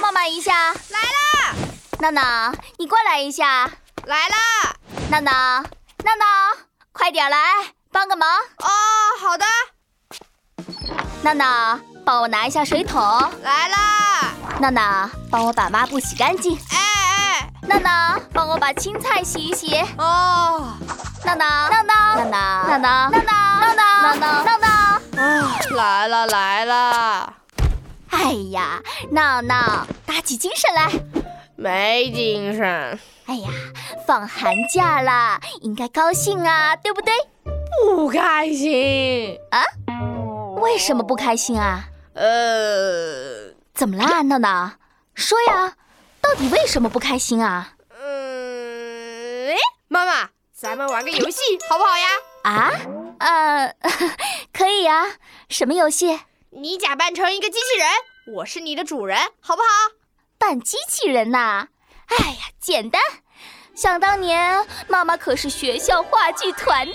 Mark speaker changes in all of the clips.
Speaker 1: 浪漫一下。
Speaker 2: 来啦，
Speaker 1: 娜娜，你过来一下。
Speaker 2: 来啦！
Speaker 1: 娜娜，娜娜，快点来帮个忙。
Speaker 2: 哦，好的，
Speaker 1: 娜娜，帮我拿一下水桶。
Speaker 2: 来啦！
Speaker 1: 娜娜，帮我把抹布洗干净。
Speaker 2: 哎
Speaker 1: 娜娜，帮我把青菜洗一洗。
Speaker 2: 哎，哦，
Speaker 1: 娜娜，娜娜，娜娜，娜娜，娜娜，娜娜，娜娜。
Speaker 2: 啊，来了来了，
Speaker 1: 哎呀，闹闹，打起精神来！
Speaker 2: 没精神。
Speaker 1: 哎呀，放寒假啦，应该高兴啊，对不对？啊
Speaker 2: 不开心。
Speaker 1: 为什么不开心啊？
Speaker 2: 呃，
Speaker 1: 怎么啦，闹闹？说呀，到底为什么不开心啊？
Speaker 2: 嗯，哎，妈妈，咱们玩个游戏好不好呀？
Speaker 1: 啊？呃， 可以呀、什么游戏？
Speaker 2: 你假扮成一个机器人，我是你的主人，好不好？
Speaker 1: 扮机器人呐、哎呀，简单。想当年，妈妈可是学校话剧团的呢。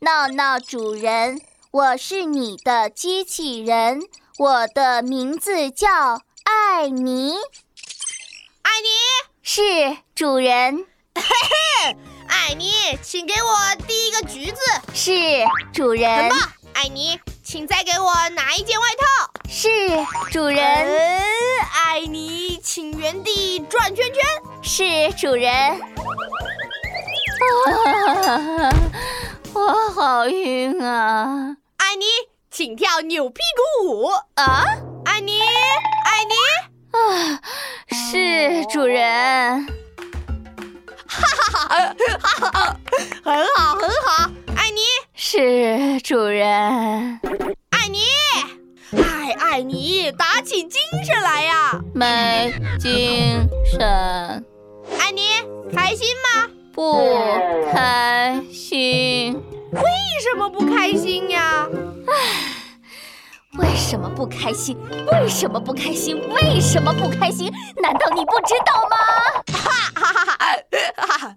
Speaker 1: 闹闹主人，我是你的机器人，我的名字叫艾尼。
Speaker 2: 爱你，
Speaker 1: 是主人，
Speaker 2: 爱你，请给我第一个橘子。
Speaker 1: 是主人，
Speaker 2: 爱你，请再给我拿一件外套。
Speaker 1: 是主人，，
Speaker 2: 哎爱你，请原地转圈圈。
Speaker 1: 是主人。 啊，我好晕啊！
Speaker 2: 爱你，请跳扭屁股舞。
Speaker 1: 啊。
Speaker 2: 爱你，爱你，
Speaker 1: 是主人，
Speaker 2: 很好，很好。爱你，
Speaker 1: 是主人，
Speaker 2: 爱你，哎，爱你，打起精神来呀！
Speaker 1: 没精神，
Speaker 2: 爱你，开心吗？
Speaker 1: 不开心。
Speaker 2: 为什么不开心呀？
Speaker 1: 为什么不开心？为什么不开心？为什么不开心？难道你不知道吗？
Speaker 2: 哈哈哈！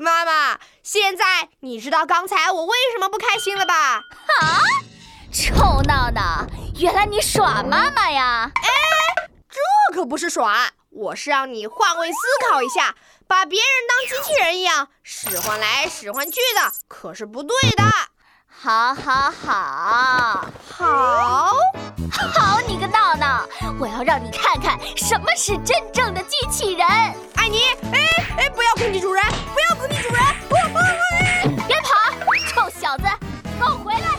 Speaker 2: 妈妈，现在你知道刚才我为什么不开心了吧？
Speaker 1: 臭闹闹，原来你耍妈妈呀！
Speaker 2: 这可不是耍，我是让你换位思考一下，把别人当机器人一样使唤来使唤去的，可是不对的。
Speaker 1: 好好好，
Speaker 2: 好，
Speaker 1: 好你个闹闹，我要让你看看什么是真正的机器人！
Speaker 2: 爱你，哎哎，不要攻击主人，不要攻击主人，我我我，
Speaker 1: 别跑，臭小子，给我回来！